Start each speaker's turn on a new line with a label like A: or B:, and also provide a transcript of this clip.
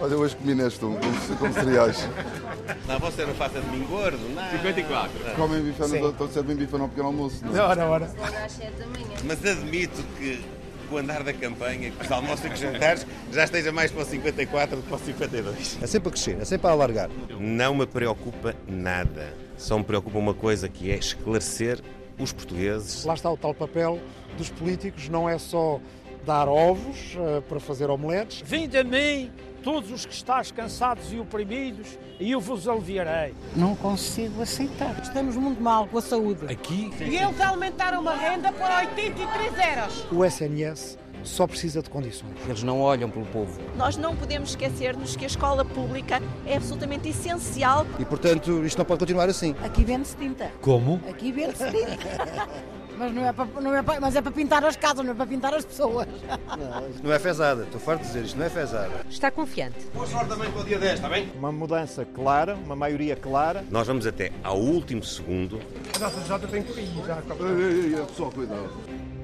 A: Olha, hoje comi neste um, com, com cereais.
B: Não, você não faça de mim gordo, não.
C: 54.
A: Comem bife,
D: Sim.
A: não estão servindo bife no pequeno almoço. Não. é?
D: Ora, ora.
E: Às 7 da manhã.
B: Mas admito que com o andar da campanha, com os almoços e com os jantares, já esteja mais para o 54 do que para o 52.
F: É sempre a crescer, é sempre a alargar.
B: Não me preocupa nada. Só me preocupa uma coisa que é esclarecer os portugueses.
D: Lá está o tal papel dos políticos, não é só dar ovos eh, para fazer omeletes,
G: Vinde a mim, todos os que estáis cansados e oprimidos, e eu vos aliviarei.
H: Não consigo aceitar.
I: Estamos muito mal com a saúde.
F: Aqui
I: E eles aumentaram a renda para 83 euros.
D: o SNS só precisa de condições.
C: Eles não olham pelo povo.
J: Nós não podemos esquecer-nos que a escola pública é absolutamente essencial.
F: e, portanto, isto não pode continuar assim.
H: Aqui vende-se tinta.
F: Como?
H: Aqui vende-se tinta. Mas, não é para, não é para, mas é para pintar as casas, não é para pintar as pessoas.
F: Não é fezada, estou farto de dizer isto, não é fezada.
I: Está confiante?
B: Boa sorte também para o dia 10, está bem?
D: Uma mudança clara, uma maioria clara.
B: Nós vamos até ao último segundo
A: Ei, ei, ei, pessoal, cuidado.